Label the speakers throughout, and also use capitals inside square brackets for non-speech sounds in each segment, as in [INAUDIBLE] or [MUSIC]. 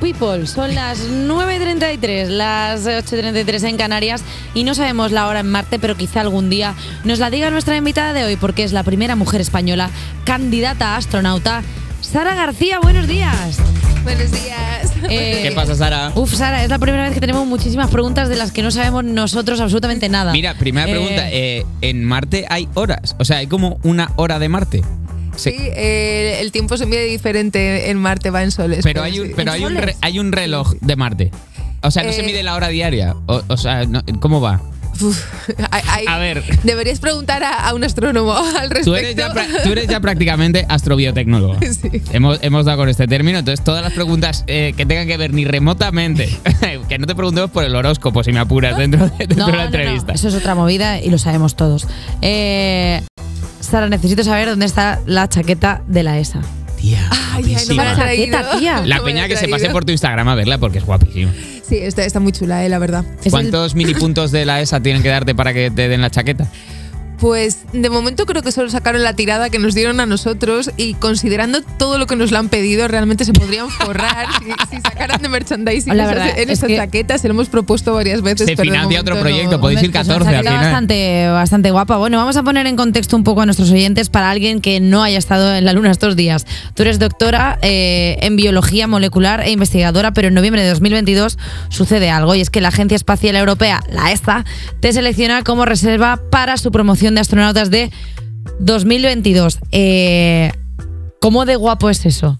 Speaker 1: People. Son las 9.33, las 8.33 en Canarias y no sabemos la hora en Marte, pero quizá algún día nos la diga nuestra invitada de hoy porque es la primera mujer española candidata a astronauta. Sara García, buenos días.
Speaker 2: Buenos días. [LAUGHS]
Speaker 1: Eh,
Speaker 3: ¿Qué pasa, Sara?
Speaker 1: Uf, Sara, es la primera vez que tenemos muchísimas preguntas de las que no sabemos nosotros absolutamente nada.
Speaker 3: Mira, primera
Speaker 1: Eh,
Speaker 3: pregunta.
Speaker 1: [LAUGHS]
Speaker 3: eh, en Marte hay horas. O sea, hay como una hora de Marte.
Speaker 2: Sí, eh, el tiempo se mide diferente en Marte, va en soles.
Speaker 3: Pero, hay un,
Speaker 2: sí.
Speaker 3: pero hay, un
Speaker 1: soles?
Speaker 3: re- hay un reloj de Marte. O sea, no se
Speaker 2: Eh,
Speaker 3: mide la hora diaria. O, o sea, no- ¿cómo va?
Speaker 2: Uf, [LAUGHS] hay- hay-
Speaker 3: A ver.
Speaker 2: Deberías preguntar a, a un astrónomo [LAUGHS] al respecto.
Speaker 3: Tú eres, ya, pra- tú eres ya prácticamente [LAUGHS] astrobiotecnólogo.
Speaker 2: Sí.
Speaker 3: Hemos, hemos dado con este término, entonces todas las preguntas eh, que tengan que ver ni remotamente, [LAUGHS] que no te preguntemos por el horóscopo si me apuras dentro de, [LAUGHS] dentro de la entrevista.
Speaker 1: Eso es otra movida y lo sabemos todos. Eh, Sara, necesito saber dónde está la chaqueta de la E ESA.
Speaker 3: Tía,
Speaker 2: [LAUGHS] Ay, ay, no me
Speaker 3: guapísima.
Speaker 2: la he
Speaker 1: Chaqueta,
Speaker 2: traído.
Speaker 1: tía.
Speaker 2: [LAUGHS] No
Speaker 3: la
Speaker 2: me
Speaker 3: peña
Speaker 2: he
Speaker 3: que se
Speaker 2: traído.
Speaker 3: pase por tu Instagram a verla porque es guapísima.
Speaker 2: Sí, está, está muy chula, eh, la verdad.
Speaker 1: Es el-
Speaker 3: ¿Cuántos mini puntos de la ESA tienen que darte para que te den la chaqueta?
Speaker 2: Pues de momento creo que solo sacaron la tirada que nos dieron a nosotros y considerando todo lo que nos lo han pedido, realmente se
Speaker 3: [LAUGHS]
Speaker 2: podrían forrar si, si sacaran de merchandising
Speaker 1: La
Speaker 2: esas-
Speaker 1: verdad,
Speaker 2: en
Speaker 1: es
Speaker 2: esas
Speaker 1: que-
Speaker 2: chaquetas. Se lo hemos propuesto varias veces.
Speaker 3: Se
Speaker 2: pero de
Speaker 3: financia otro
Speaker 2: momento
Speaker 3: proyecto,
Speaker 2: no-
Speaker 3: podéis ir
Speaker 1: Hombre, es que es
Speaker 3: 14
Speaker 1: una
Speaker 3: al
Speaker 1: chaqueta
Speaker 3: final.
Speaker 1: Bastante, bastante guapa. Bueno, vamos a poner en contexto un poco a nuestros oyentes para alguien que no haya estado en la Luna estos días. Tú eres doctora eh, en biología molecular e investigadora, pero en noviembre de 2022 sucede algo y es que la Agencia Espacial Europea, la ESA, te selecciona como reserva para su promoción de astronautas de 2022. Eh, ¿Cómo de guapo es eso?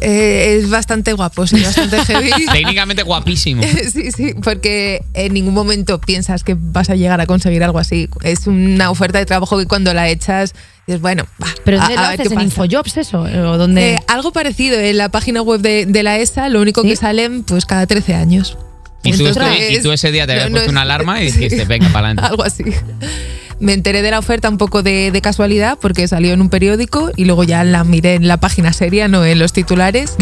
Speaker 2: Eh, es bastante guapo, sí, bastante heavy.
Speaker 3: Técnicamente guapísimo.
Speaker 2: [LAUGHS] Sí, sí, porque en ningún momento piensas que vas a llegar a conseguir algo así. Es una oferta de trabajo que cuando la echas dices, bueno, va,
Speaker 1: ¿Pero
Speaker 2: a,
Speaker 1: dónde
Speaker 2: a
Speaker 1: lo
Speaker 2: ver
Speaker 1: haces?
Speaker 2: qué
Speaker 1: ¿En
Speaker 2: pasa.
Speaker 1: Infojobs eso? ¿O dónde?
Speaker 2: Eh, algo parecido en la página web de, de la ESA, lo único
Speaker 1: ¿Sí?
Speaker 2: que salen pues cada 13 años.
Speaker 3: Y tú,
Speaker 2: Entonces,
Speaker 3: estu- y tú ese día te
Speaker 2: no,
Speaker 3: habías
Speaker 2: no
Speaker 3: puesto
Speaker 2: es- Ah,
Speaker 3: una
Speaker 2: [LAUGHS]
Speaker 3: alarma y dijiste, venga, para [LAUGHS] adelante.
Speaker 2: Algo así. Me enteré de la oferta un poco de, de casualidad porque salió en un periódico y luego ya la miré en la página seria, no en los titulares.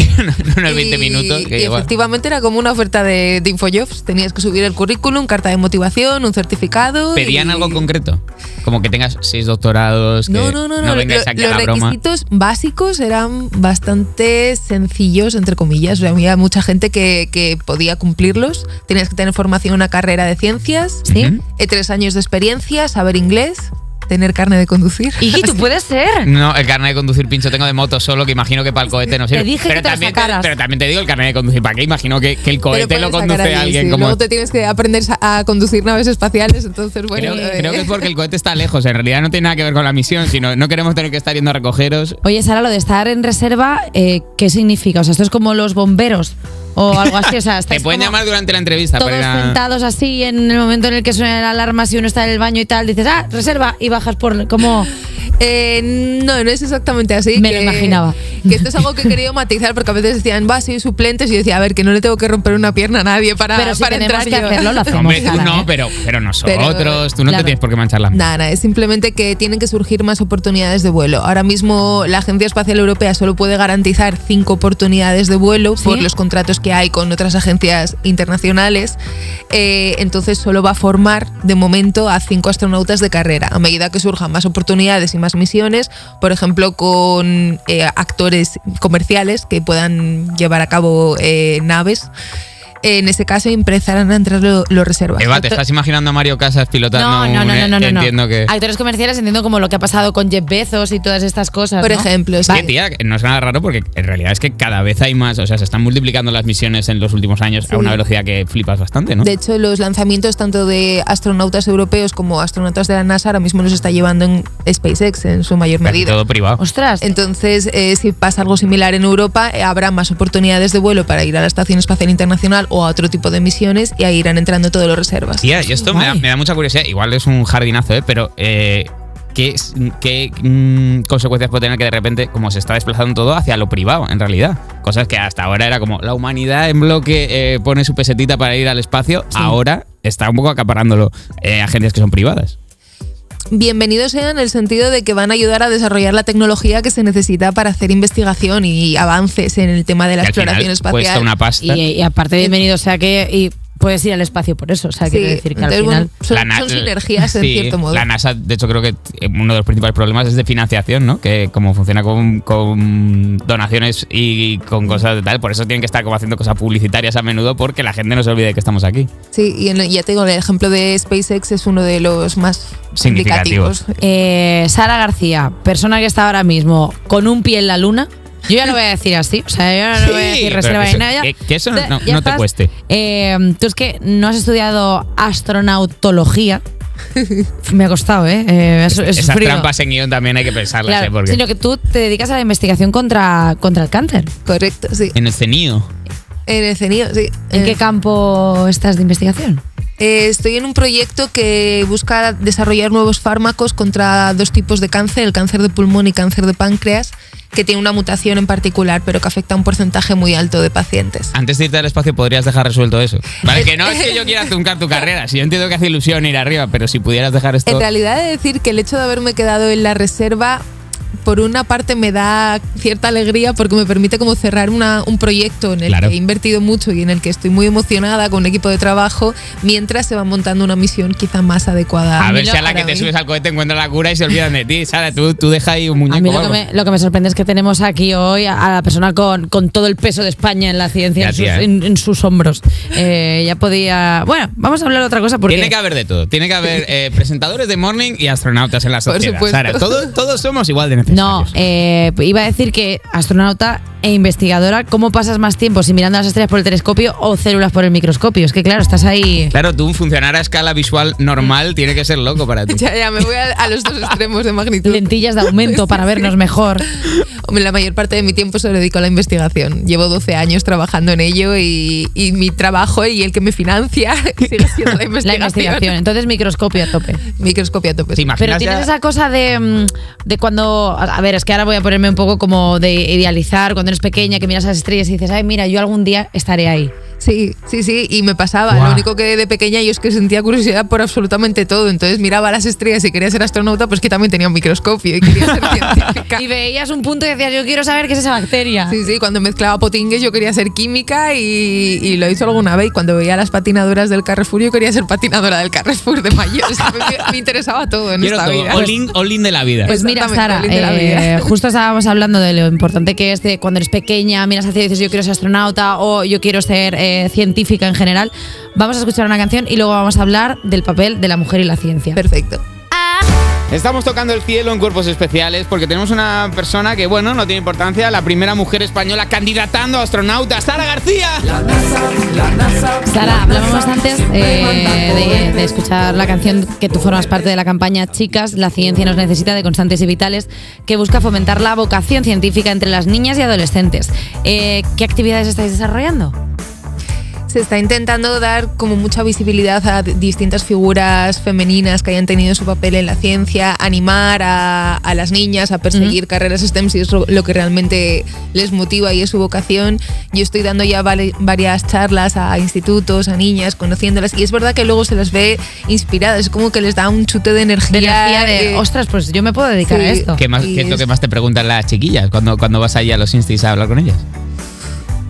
Speaker 3: Unos 20
Speaker 2: Y-
Speaker 3: minutos. que
Speaker 2: y
Speaker 3: igual.
Speaker 2: efectivamente era como una oferta de, de InfoJobs. Tenías que subir el currículum, carta de motivación, un certificado.
Speaker 3: ¿Pedían
Speaker 2: y-
Speaker 3: algo concreto? Como que tengas seis doctorados, que
Speaker 2: No, no, no, no.
Speaker 3: vengáis
Speaker 2: lo-
Speaker 3: aquí a
Speaker 2: los
Speaker 3: la broma.
Speaker 2: requisitos básicos eran bastante sencillos, entre comillas. O sea, había mucha gente que, que podía cumplirlos. Tenías que tener formación en una carrera de ciencias,
Speaker 1: ¿Sí?
Speaker 3: Ujú.
Speaker 2: eh, tres años de experiencia, saber inglés, tener carne de conducir. [LAUGHS]
Speaker 1: Iggy, tú puedes ser.
Speaker 3: No, el carnet de conducir pincho tengo de moto solo, que imagino que para el cohete no sirve.
Speaker 1: dije que te la
Speaker 3: también
Speaker 1: sacaras.
Speaker 3: pero también te digo el carnet de conducir, ¿para qué? Imagino que, que el
Speaker 2: Pero
Speaker 3: cohete
Speaker 2: puedes
Speaker 3: lo
Speaker 2: sacar
Speaker 3: conduce
Speaker 2: allí,
Speaker 3: a alguien
Speaker 2: sí.
Speaker 3: como...
Speaker 2: Luego te tienes que aprender a a conducir naves espaciales, entonces bueno.
Speaker 3: Creo,
Speaker 2: eh,
Speaker 3: creo que es porque el cohete está lejos, en realidad no tiene nada que ver con la misión, sino no queremos tener que estar yendo a recogeros.
Speaker 1: Oye, Sara, lo de estar en reserva, eh, ¿qué significa? O sea, esto es como los bomberos
Speaker 3: [LAUGHS]
Speaker 1: o algo así. O sea,
Speaker 3: Te
Speaker 1: estáis
Speaker 3: pueden
Speaker 1: como
Speaker 3: llamar durante la entrevista.
Speaker 1: todos
Speaker 3: para ir a-
Speaker 1: sentados así en el momento en el que suena la alarma, si uno está en el baño y tal, dices, ah, reserva, y bajas por como...
Speaker 2: Eh, no, no es exactamente así.
Speaker 1: Me lo imaginaba.
Speaker 2: Que esto es algo que he querido matizar porque a veces decían, va, soy suplente. Y yo decía, a ver, que no le tengo que romper una pierna a nadie para,
Speaker 1: pero si
Speaker 2: para
Speaker 1: tenemos
Speaker 2: entrar
Speaker 1: que
Speaker 2: yo.
Speaker 1: hacerlo, lo hacemos.
Speaker 3: Hombre, tú
Speaker 1: Sara,
Speaker 3: no,
Speaker 1: ¿eh?
Speaker 3: pero, pero nosotros, tú no
Speaker 1: claro.
Speaker 3: te tienes por qué manchar la mano.
Speaker 2: Nada, nada, es simplemente que tienen que surgir más oportunidades de vuelo. Ahora mismo la Agencia Espacial Europea solo puede garantizar cinco oportunidades de vuelo
Speaker 1: ¿Sí?
Speaker 2: por los contratos que hay con otras agencias internacionales. Eh, entonces solo va a formar de momento a cinco astronautas de carrera. A medida que surjan más oportunidades y más misiones, por ejemplo con eh, actores comerciales que puedan llevar a cabo eh, naves, en ese caso empezarán a entrar lo- los reservas.
Speaker 3: Eva, te estás imaginando a Mario Casas pilotando
Speaker 1: No, no, no,
Speaker 3: un-
Speaker 1: no, no, no.
Speaker 3: eh, Entiendo que...
Speaker 1: Actores comerciales entiendo como lo que ha pasado con Jeff Bezos y todas estas cosas,
Speaker 2: Por
Speaker 1: ¿no?
Speaker 2: ejemplo, sí.
Speaker 3: Que, tía, no es nada raro porque en realidad es que cada vez hay más, o sea, se están multiplicando las misiones en los últimos años a una velocidad que flipas bastante, ¿no?
Speaker 2: De hecho, los lanzamientos tanto de astronautas europeos como astronautas de la NASA ahora mismo los está llevando en SpaceX en su mayor
Speaker 3: Casi
Speaker 2: medida.
Speaker 3: todo privado.
Speaker 1: Ostras,
Speaker 2: Entonces, eh, si pasa algo similar en Europa, eh, habrá más oportunidades de vuelo para ir a la Estación Espacial Internacional o a otro tipo de misiones y ahí irán entrando todos los reservas.
Speaker 3: Tía, y esto me da,
Speaker 1: Guay.
Speaker 3: me da mucha curiosidad. Igual es un jardinazo, ¿eh? Pero, eh, ¿qué, es- qué, mm, consecuencias puede tener que de repente, como se está desplazando todo hacia lo privado, en realidad? Cosas que hasta ahora era como la humanidad en bloque eh, pone su pesetita para ir al espacio, ahora está un poco acaparándolo eh, agencias que son privadas.
Speaker 2: Bienvenidos sean en el sentido de que van a ayudar a desarrollar la tecnología que se necesita para hacer investigación y avances en el tema de la
Speaker 3: Que al
Speaker 2: exploración
Speaker 3: final
Speaker 2: espacial.
Speaker 3: cuesta una pasta.
Speaker 1: y, y aparte bienvenido, o sea que... Y puedes ir al espacio por eso. O sea, quiero decir que al
Speaker 2: entonces,
Speaker 1: final.
Speaker 2: bueno, son,
Speaker 3: La na-
Speaker 2: son sinergias en
Speaker 3: sí,
Speaker 2: cierto modo.
Speaker 3: La NASA, de hecho, creo que eh, uno de los principales problemas es de financiación, ¿no? Que como funciona con, con donaciones y con cosas de tal, por eso tienen que estar como haciendo cosas publicitarias a menudo porque la gente no se olvide que estamos aquí.
Speaker 2: Sí, y en- ya te digo, el ejemplo de SpaceX es uno de los más
Speaker 3: Significativos.
Speaker 2: significativos.
Speaker 1: Eh, Sara García, persona que está ahora mismo con un pie en la luna. Yo ya lo voy a decir así, o sea, yo ya no voy a
Speaker 3: Sí,
Speaker 1: decir
Speaker 3: pero
Speaker 1: reserva
Speaker 3: que
Speaker 1: ni
Speaker 3: eso-
Speaker 1: nada. ya.
Speaker 3: que- que eso no-
Speaker 1: Ya-
Speaker 3: no-
Speaker 1: ya
Speaker 3: no te
Speaker 1: estás.
Speaker 3: cueste.
Speaker 1: Eh, tú es que no has estudiado astronautología. [LAUGHS] Me ha costado, ¿eh? Eh, es, es
Speaker 3: Esas
Speaker 1: frío.
Speaker 3: trampas en guión también hay que pensarlas,
Speaker 1: Claro,
Speaker 3: ¿eh? Porque
Speaker 1: sino que tú te dedicas a la investigación contra, contra el cáncer.
Speaker 2: Correcto, sí.
Speaker 3: en el cenío.
Speaker 2: En el CENIO, sí.
Speaker 1: ¿En
Speaker 2: Eh,
Speaker 1: qué campo estás de investigación?
Speaker 2: Eh, estoy en un proyecto que busca desarrollar nuevos fármacos contra dos tipos de cáncer, el cáncer de pulmón y cáncer de páncreas, que tiene una mutación en particular, pero que afecta a un porcentaje muy alto de pacientes.
Speaker 3: Antes de irte al espacio podrías dejar resuelto eso. Vale, que no es que yo quiera truncar tu carrera, si yo entiendo que hace ilusión ir arriba, pero si pudieras dejar esto...
Speaker 2: En realidad he de decir que el hecho de haberme quedado en la reserva, por una parte me da cierta alegría porque me permite como cerrar una- un proyecto en el
Speaker 3: Claro.
Speaker 2: que he invertido mucho y en el que estoy muy emocionada con un equipo de trabajo, mientras se va montando una misión quizá más adecuada.
Speaker 3: A ver si a la
Speaker 2: para
Speaker 3: que te
Speaker 2: mí.
Speaker 3: subes al cohete encuentra la cura y se olvidan de ti. Sara, tú, tú deja ahí un muñeco.
Speaker 1: A mí lo
Speaker 3: o
Speaker 1: que,
Speaker 3: algo.
Speaker 1: me, lo que me sorprende es que tenemos aquí hoy a, a la persona con, con todo el peso de España en la ciencia,
Speaker 3: Ya,
Speaker 1: en sus,
Speaker 3: tía, ¿eh?
Speaker 1: en- en sus hombros. Eh, ya podía... Bueno, vamos a hablar de otra cosa porque...
Speaker 3: Tiene que haber de todo. Tiene que haber eh, presentadores de morning y astronautas en la
Speaker 2: Por
Speaker 3: sociedad.
Speaker 2: supuesto.
Speaker 3: Sara, todo- todos somos igual de
Speaker 1: No,
Speaker 3: necesarios.
Speaker 1: eh, iba a decir que astronauta e investigadora, ¿cómo pasas más tiempo? ¿Si mirando las estrellas por el telescopio o células por el microscopio? Es que claro, estás ahí...
Speaker 3: Claro, tú funcionar a escala visual normal tiene que ser loco
Speaker 1: [LAUGHS]
Speaker 3: para ti.
Speaker 2: [LAUGHS] Ya, ya, me voy a, a los
Speaker 3: [LAUGHS]
Speaker 2: dos extremos de magnitud.
Speaker 1: Lentillas de aumento para vernos mejor.
Speaker 2: Hombre, la mayor parte de mi tiempo se lo dedico a la investigación. Llevo 12 años trabajando en ello y, y mi trabajo y el que me financia [LAUGHS] sigue siendo la investigación.
Speaker 1: La investigación. Entonces microscopio a tope.
Speaker 2: Microscopia a tope.
Speaker 3: ¿Te imaginas
Speaker 1: Pero tienes
Speaker 3: ya-
Speaker 1: esa cosa de, mm, de cuando. A a ver, es que ahora voy a ponerme un poco como de idealizar cuando eres pequeña, que miras a las estrellas y dices, ay, mira, yo algún día estaré ahí.
Speaker 2: Sí, sí, sí. Y me pasaba.
Speaker 3: Guau.
Speaker 2: Lo único que de pequeña yo es que sentía curiosidad por absolutamente todo. Entonces miraba las estrellas y quería ser astronauta, pues que también tenía un microscopio y quería ser [LAUGHS] científica.
Speaker 1: Y veías un punto y decías, yo quiero saber qué es esa bacteria.
Speaker 2: Sí, sí, cuando mezclaba potingues yo quería ser química y, y lo he hecho alguna vez. Y cuando veía las patinadoras del Carrefour yo quería ser patinadora del Carrefour de mayor. O sea, me, me interesaba todo en
Speaker 3: Quiero
Speaker 2: esta
Speaker 3: todo.
Speaker 2: vida.
Speaker 3: All in, all in de la vida.
Speaker 1: Pues mira, Sara,
Speaker 2: Exactamente, Lin de la
Speaker 1: eh,
Speaker 2: vida.
Speaker 1: justo estábamos hablando de lo importante que es de cuando eres pequeña, miras hacia y dices yo quiero ser astronauta o yo quiero ser eh, científica en general. Vamos a escuchar una canción y luego vamos a hablar del papel de la mujer y la ciencia.
Speaker 2: Perfecto.
Speaker 3: Estamos tocando el cielo en cuerpos especiales porque tenemos una persona que, bueno, no tiene importancia, la primera mujer española candidatando a astronauta, Sara García.
Speaker 1: Sara, hablábamos antes eh, de, de escuchar la canción que tú formas parte de la campaña Chicas, la ciencia nos necesita de constantes y vitales, que busca fomentar la vocación científica entre las niñas y adolescentes. Eh, ¿Qué actividades estáis desarrollando?
Speaker 2: Se está intentando dar como mucha visibilidad a d- distintas figuras femeninas que hayan tenido su papel en la ciencia, animar a, a las niñas a perseguir carreras STEM si es lo lo que realmente les motiva y es su vocación. Yo estoy dando ya vale- varias charlas a institutos, a niñas, conociéndolas y es verdad que luego se las ve inspiradas, es como que les da un chute de
Speaker 1: De
Speaker 2: energía.
Speaker 1: energía de,
Speaker 2: eh,
Speaker 1: ostras, pues yo me puedo dedicar
Speaker 2: sí.
Speaker 1: a esto.
Speaker 3: ¿Qué, más,
Speaker 2: Y
Speaker 3: ¿Qué es lo
Speaker 2: es-
Speaker 3: que más te preguntan las chiquillas cuando, cuando vas allí a los instis a hablar con ellas?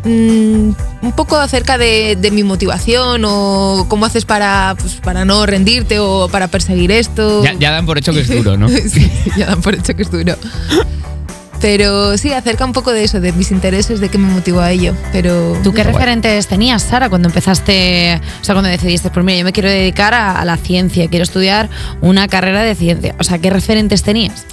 Speaker 2: Mm, un poco acerca de, de mi motivación o cómo haces para, pues, para no rendirte o para perseguir esto.
Speaker 3: Ya, ya dan por hecho que es duro,
Speaker 2: [LAUGHS]
Speaker 3: ¿no?
Speaker 2: sí, ya dan por hecho que es duro. Pero sí, acerca un poco de eso, de mis intereses, de qué me motivó a ello. Pero
Speaker 1: ¿Tú qué
Speaker 3: Guay.
Speaker 1: referentes tenías, Sara, cuando empezaste, o sea, cuando decidiste, pues mira, yo me quiero dedicar a, a la ciencia, quiero estudiar una carrera de ciencia? O sea, ¿qué referentes tenías?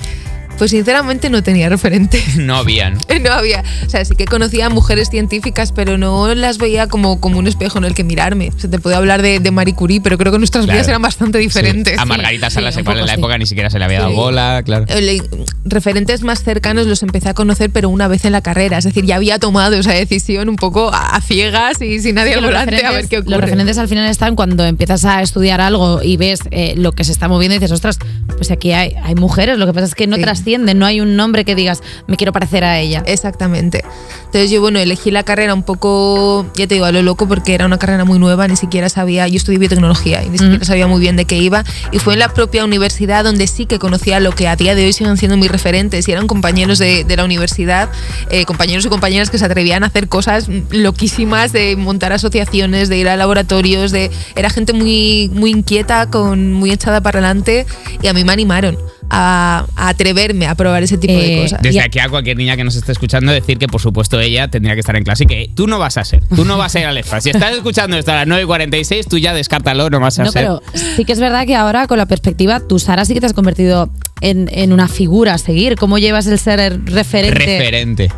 Speaker 2: pues sinceramente no tenía referente.
Speaker 3: [LAUGHS] No habían.
Speaker 2: [LAUGHS] No había, o sea, sí que conocía a mujeres científicas, pero no las veía como, como un espejo en el que mirarme. Se te puede hablar de, de Marie Curie, pero creo que nuestras
Speaker 3: Claro.
Speaker 2: vidas eran bastante diferentes.
Speaker 3: Sí. A Margarita
Speaker 1: Sí,
Speaker 3: Salas,
Speaker 1: un
Speaker 3: igual en
Speaker 1: poco
Speaker 3: la
Speaker 1: sí.
Speaker 3: época ni siquiera se le había dado
Speaker 2: Sí. Eh,
Speaker 3: bola, claro.
Speaker 2: Le- referentes más cercanos los empecé a conocer, pero una vez en la carrera. Es decir, ya había tomado esa decisión un poco a, a ciegas y sin nadie
Speaker 1: Que
Speaker 2: al
Speaker 1: los
Speaker 2: volante a ver
Speaker 1: referentes-
Speaker 2: qué ocurre.
Speaker 1: Los referentes al final están cuando empiezas a estudiar algo y ves eh, lo que se está moviendo y dices, ostras, pues aquí hay, hay mujeres, lo que pasa es que en
Speaker 2: Sí. Eh,
Speaker 1: otras trascienden, no hay un nombre que digas, me quiero parecer a ella.
Speaker 2: Exactamente. Entonces yo, bueno, elegí la carrera un poco, ya te digo, a lo loco porque era una carrera muy nueva, ni siquiera sabía, yo estudié biotecnología y ni siquiera sabía muy bien de qué iba. Y fue en la propia universidad donde sí que conocía lo que a día de hoy siguen siendo mis referentes y eran compañeros de, de la universidad, eh, compañeros y compañeras que se atrevían a hacer cosas loquísimas, de montar asociaciones, de ir a laboratorios, de... Era gente muy, muy inquieta, con, muy echada para adelante y a mí me animaron. A, a atreverme a probar ese tipo
Speaker 1: Eh,
Speaker 2: de cosas.
Speaker 1: Y
Speaker 3: Desde
Speaker 1: a-
Speaker 3: aquí a cualquier niña que nos esté escuchando decir que por supuesto ella tendría que estar en clase y que tú no vas a ser, tú no vas a ir al EFRA. Si estás escuchando esto a las 9.46, tú ya descártalo, no vas a
Speaker 1: No,
Speaker 3: ser.
Speaker 1: pero sí que es verdad que ahora con la perspectiva, tú Sara sí que te has convertido en, en una figura a seguir. ¿Cómo llevas el ser referente?
Speaker 3: Referente.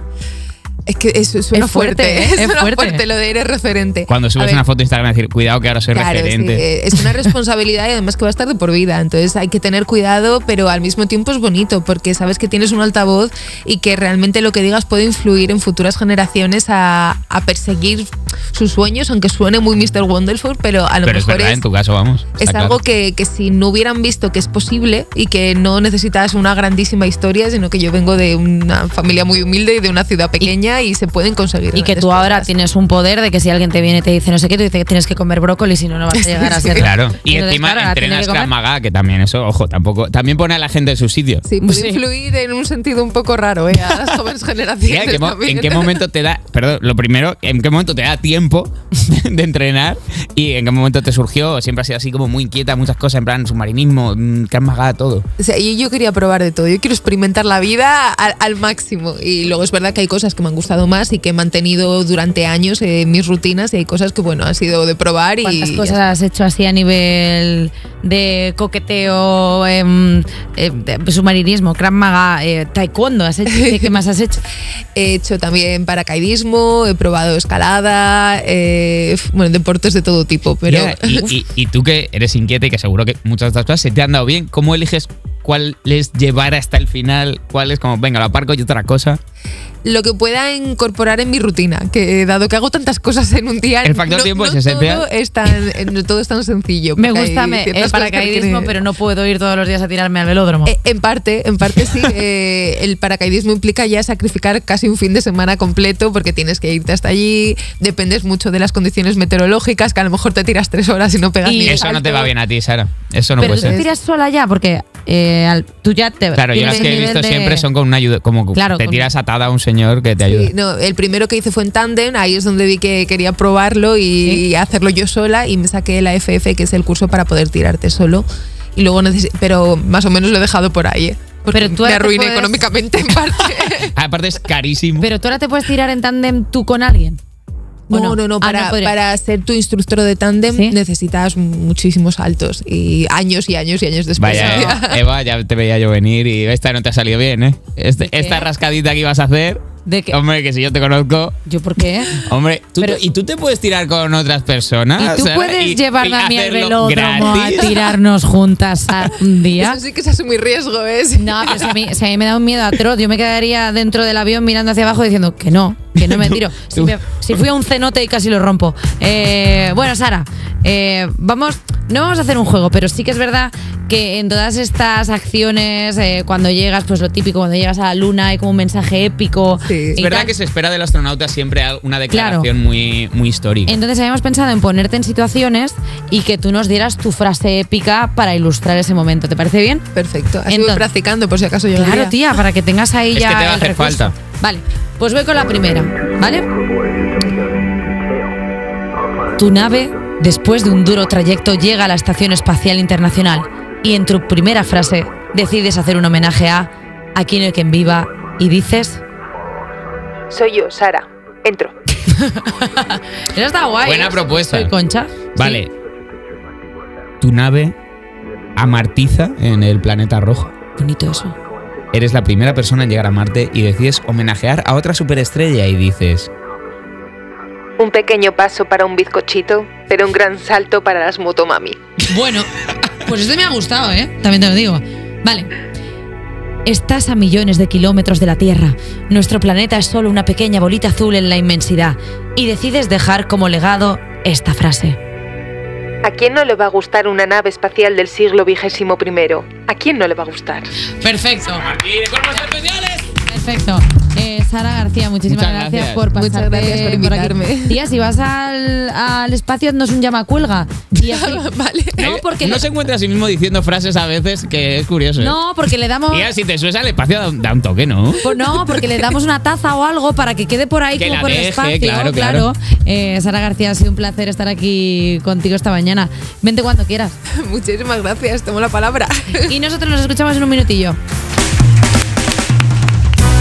Speaker 2: Es que eso suena
Speaker 1: Es fuerte,
Speaker 2: fuerte,
Speaker 1: ¿eh? Es
Speaker 2: es suena
Speaker 1: fuerte.
Speaker 2: fuerte. lo de eres referente.
Speaker 3: Cuando subes
Speaker 2: A ver,
Speaker 3: una foto a Instagram decir, cuidado que ahora soy
Speaker 2: claro,
Speaker 3: referente.
Speaker 2: sí, eh, es una responsabilidad y además que va a estar de por vida, entonces hay que tener cuidado, pero al mismo tiempo es bonito porque sabes que tienes un altavoz y que realmente lo que digas puede influir en futuras generaciones a, a perseguir sus sueños, aunque suene muy Mr. Wonderful, pero a lo
Speaker 3: pero es
Speaker 2: mejor
Speaker 3: verdad, en tu caso, vamos.
Speaker 2: es
Speaker 3: está
Speaker 2: algo
Speaker 3: claro.
Speaker 2: que, que si no hubieran visto que es posible y que no necesitas una grandísima historia, sino que yo vengo de una familia muy humilde y de una ciudad pequeña y, se pueden conseguir.
Speaker 1: Y que
Speaker 2: grandes
Speaker 1: tú ahora
Speaker 2: cosas.
Speaker 1: tienes un poder de que si alguien te viene y te dice no sé qué, tú dices que tienes que comer brócoli, si no, no vas a llegar a
Speaker 2: Sí,
Speaker 1: ser.
Speaker 3: Claro. Y
Speaker 1: Entonces,
Speaker 3: encima
Speaker 1: claro, ahora tiene
Speaker 3: entrenas
Speaker 1: que comer.
Speaker 3: la maga, que también eso, ojo, tampoco. También pone a la gente en su sitio.
Speaker 2: Sí, puede
Speaker 1: Sí.
Speaker 2: influir en un sentido un poco raro, ¿eh? A las jóvenes
Speaker 3: Mira,
Speaker 1: [LAUGHS]
Speaker 2: generaciones.
Speaker 3: ¿en, qué mo-
Speaker 2: también.
Speaker 3: en qué momento te da, perdón, lo primero, en qué momento te da tiempo [LAUGHS] de entrenar y en qué momento te surgió, siempre has sido así como muy inquieta, muchas cosas, en plan submarinismo, mm, que has magado todo.
Speaker 2: O sea, y yo quería probar de todo, yo quiero experimentar la vida al, al máximo. Y luego es verdad que hay cosas que me han gustado más y que he mantenido durante años eh, mis rutinas y hay cosas que, bueno, han sido de probar y...
Speaker 1: ¿Cuántas
Speaker 2: ya
Speaker 1: cosas
Speaker 2: está.
Speaker 1: has hecho así a nivel de coqueteo, em, eh, de submarinismo, Krav Maga, eh, taekwondo? ¿Has hecho? ¿Qué- [LAUGHS] ¿Qué más has hecho?
Speaker 2: He hecho también paracaidismo, he probado escalada, eh, bueno, deportes de todo tipo, pero...
Speaker 3: Mira, y, y- y tú que eres inquieta y que seguro que muchas de estas cosas se te han dado bien, ¿cómo eliges cuál es llevar hasta el final? ¿Cuál es como, venga, lo aparco y otra cosa?
Speaker 2: lo que pueda incorporar en mi rutina, que eh, dado que hago tantas cosas en un día,
Speaker 3: El factor tiempo es esencial.
Speaker 2: Todo es tan, eh, no todo es tan sencillo.
Speaker 1: Me
Speaker 2: porque
Speaker 1: gusta
Speaker 2: hay
Speaker 1: me-
Speaker 2: ciertas
Speaker 1: el
Speaker 2: cosas que
Speaker 1: paracaidismo,
Speaker 2: requieren-
Speaker 1: pero no puedo ir todos los días a tirarme al velódromo.
Speaker 2: Eh, En parte, en parte sí. eh, [LAUGHS] el paracaidismo implica ya sacrificar casi un fin de semana completo porque tienes que irte hasta allí. Dependes mucho de las condiciones meteorológicas, que a lo mejor te tiras tres horas y no pegas
Speaker 1: Y-
Speaker 2: ni el
Speaker 3: Eso no te
Speaker 2: salto.
Speaker 3: va bien a ti, Sara. Eso no
Speaker 1: pero tú
Speaker 3: puede
Speaker 1: te
Speaker 3: ser.
Speaker 1: tiras sola ya, porque eh, al- tú ya te.
Speaker 3: pues Claro, yo
Speaker 1: tienes
Speaker 3: las que he
Speaker 1: el nivel
Speaker 3: visto
Speaker 1: de-
Speaker 3: siempre son con una ayuda, como
Speaker 1: Claro,
Speaker 3: te
Speaker 1: con-
Speaker 3: tiras atada a un señor que te ayuda.
Speaker 2: Sí, no, el primero que hice fue en tándem, ahí es donde vi que quería probarlo y, y hacerlo yo sola y me saqué la FF, que es el curso para poder tirarte solo. Y luego neces- pero más o menos lo he dejado por ahí. ¿eh? Porque
Speaker 1: Pero tú
Speaker 2: me
Speaker 1: ahora te
Speaker 2: arruiné
Speaker 1: puedes-
Speaker 2: económicamente en
Speaker 1: [LAUGHS]
Speaker 2: parte.
Speaker 3: Ah, Aparte es carísimo.
Speaker 1: Pero tú ahora te puedes tirar en tándem tú con alguien. ¿O
Speaker 2: [LAUGHS] No, no, no,
Speaker 1: Ah,
Speaker 2: para,
Speaker 1: podría.
Speaker 2: para ser tu instructor de tándem
Speaker 1: ¿Sí?
Speaker 2: necesitas muchísimos saltos y años y años y años de
Speaker 1: [LAUGHS]
Speaker 3: Vaya,
Speaker 2: experiencia.
Speaker 3: eh, [LAUGHS] Eva, ya te veía yo venir y esta no te ha salido bien, ¿eh? Este-
Speaker 1: ¿De qué?
Speaker 3: esta rascadita que ibas a hacer.
Speaker 1: ¿De qué?
Speaker 3: Hombre, que si yo te conozco.
Speaker 1: ¿Yo por qué?
Speaker 3: Hombre, tú
Speaker 1: Pero-
Speaker 3: te- y tú te puedes tirar con otras personas.
Speaker 1: ¿Y tú
Speaker 3: Sara,
Speaker 1: puedes
Speaker 3: Ah, y-
Speaker 1: llevarme
Speaker 3: y
Speaker 1: a mí al
Speaker 3: hacerlo
Speaker 1: velódromo
Speaker 3: gratis?
Speaker 1: a tirarnos juntas a- un [LAUGHS] día?
Speaker 2: [LAUGHS] Eso sí que es asumir riesgo, ¿eh? Sí.
Speaker 1: No, pero si a, mí, si a mí me da un miedo atroz, yo me quedaría dentro del avión mirando hacia abajo diciendo que no, que no me tiro. Si,
Speaker 3: tú-
Speaker 1: me- si fui a un cenote y casi lo rompo. Eh, bueno, Sara, eh, vamos, no vamos a hacer un juego, pero sí que es verdad que en todas estas acciones, eh, cuando llegas, pues lo típico, cuando llegas a la luna hay como un mensaje épico.
Speaker 2: Sí.
Speaker 1: y
Speaker 2: Es
Speaker 3: [LAUGHS] Es verdad
Speaker 1: tal.
Speaker 3: que se espera del astronauta siempre una declaración
Speaker 1: Claro.
Speaker 3: muy, muy histórica.
Speaker 1: Entonces habíamos pensado en ponerte en situaciones y que tú nos dieras tu frase épica para ilustrar ese momento. ¿Te parece bien?
Speaker 2: Perfecto. Así
Speaker 1: Entonces-
Speaker 2: voy practicando por si acaso yo
Speaker 1: Claro, tía, para que tengas ahí
Speaker 3: Es
Speaker 1: ya.
Speaker 3: que te va a
Speaker 1: el
Speaker 3: hacer
Speaker 1: recurso.
Speaker 3: falta.
Speaker 1: Vale, pues voy con la primera, ¿vale? Tu nave, después de un duro trayecto, llega a la Estación Espacial Internacional y en tu primera frase decides hacer un homenaje a Aquí no hay quien viva y dices.
Speaker 2: Soy yo, Sara. Entro.
Speaker 1: Eso está guay.
Speaker 3: Buena
Speaker 1: ¿eh?
Speaker 3: propuesta.
Speaker 1: Soy Concha.
Speaker 3: Vale. Tu nave amartiza en el planeta rojo.
Speaker 1: Sí, bonito eso.
Speaker 3: Eres la primera persona en llegar a Marte y decides homenajear a otra superestrella y dices,
Speaker 2: Un pequeño paso para un bizcochito, pero un gran salto para las motomami.
Speaker 1: Bueno, pues este me ha gustado, ¿eh? También te lo digo. Vale. Estás a millones de kilómetros de la Tierra. Nuestro planeta es solo una pequeña bolita azul en la inmensidad. Y decides dejar como legado esta frase.
Speaker 2: ¿A quién no le va a gustar una nave espacial del siglo XXI? ¿A quién no le va a gustar?
Speaker 1: Perfecto.
Speaker 3: Martín, cuerpos especiales.
Speaker 1: Perfecto. Eh, Sara García, muchísimas
Speaker 3: Muchas
Speaker 1: gracias.
Speaker 3: gracias.
Speaker 1: por pasarte
Speaker 2: Muchas gracias por
Speaker 1: aquí.
Speaker 2: invitarme.
Speaker 1: Tía, si vas al, al espacio, haznos un
Speaker 2: [LAUGHS]
Speaker 1: llamacuelga. Y así-
Speaker 2: [LAUGHS] vale. [LAUGHS]
Speaker 1: No, porque
Speaker 3: Eh, no
Speaker 1: le-
Speaker 3: se encuentra a sí mismo diciendo frases a veces que es curioso. ¿eh?
Speaker 1: no, porque le damos...
Speaker 3: Tía, si te subes al espacio, da un, da un toque, ¿no?
Speaker 1: Pues
Speaker 3: [LAUGHS]
Speaker 1: no, porque le damos una taza o algo para que quede por ahí
Speaker 3: Que
Speaker 1: como
Speaker 3: la
Speaker 1: por el
Speaker 3: deje,
Speaker 1: espacio.
Speaker 3: claro, claro.
Speaker 1: Eh, Sara García, ha sido un placer estar aquí contigo esta mañana. Vente cuando quieras.
Speaker 2: Muchísimas gracias, tomo
Speaker 1: [LAUGHS]
Speaker 2: la palabra.
Speaker 1: Y nosotros nos escuchamos en un minutillo.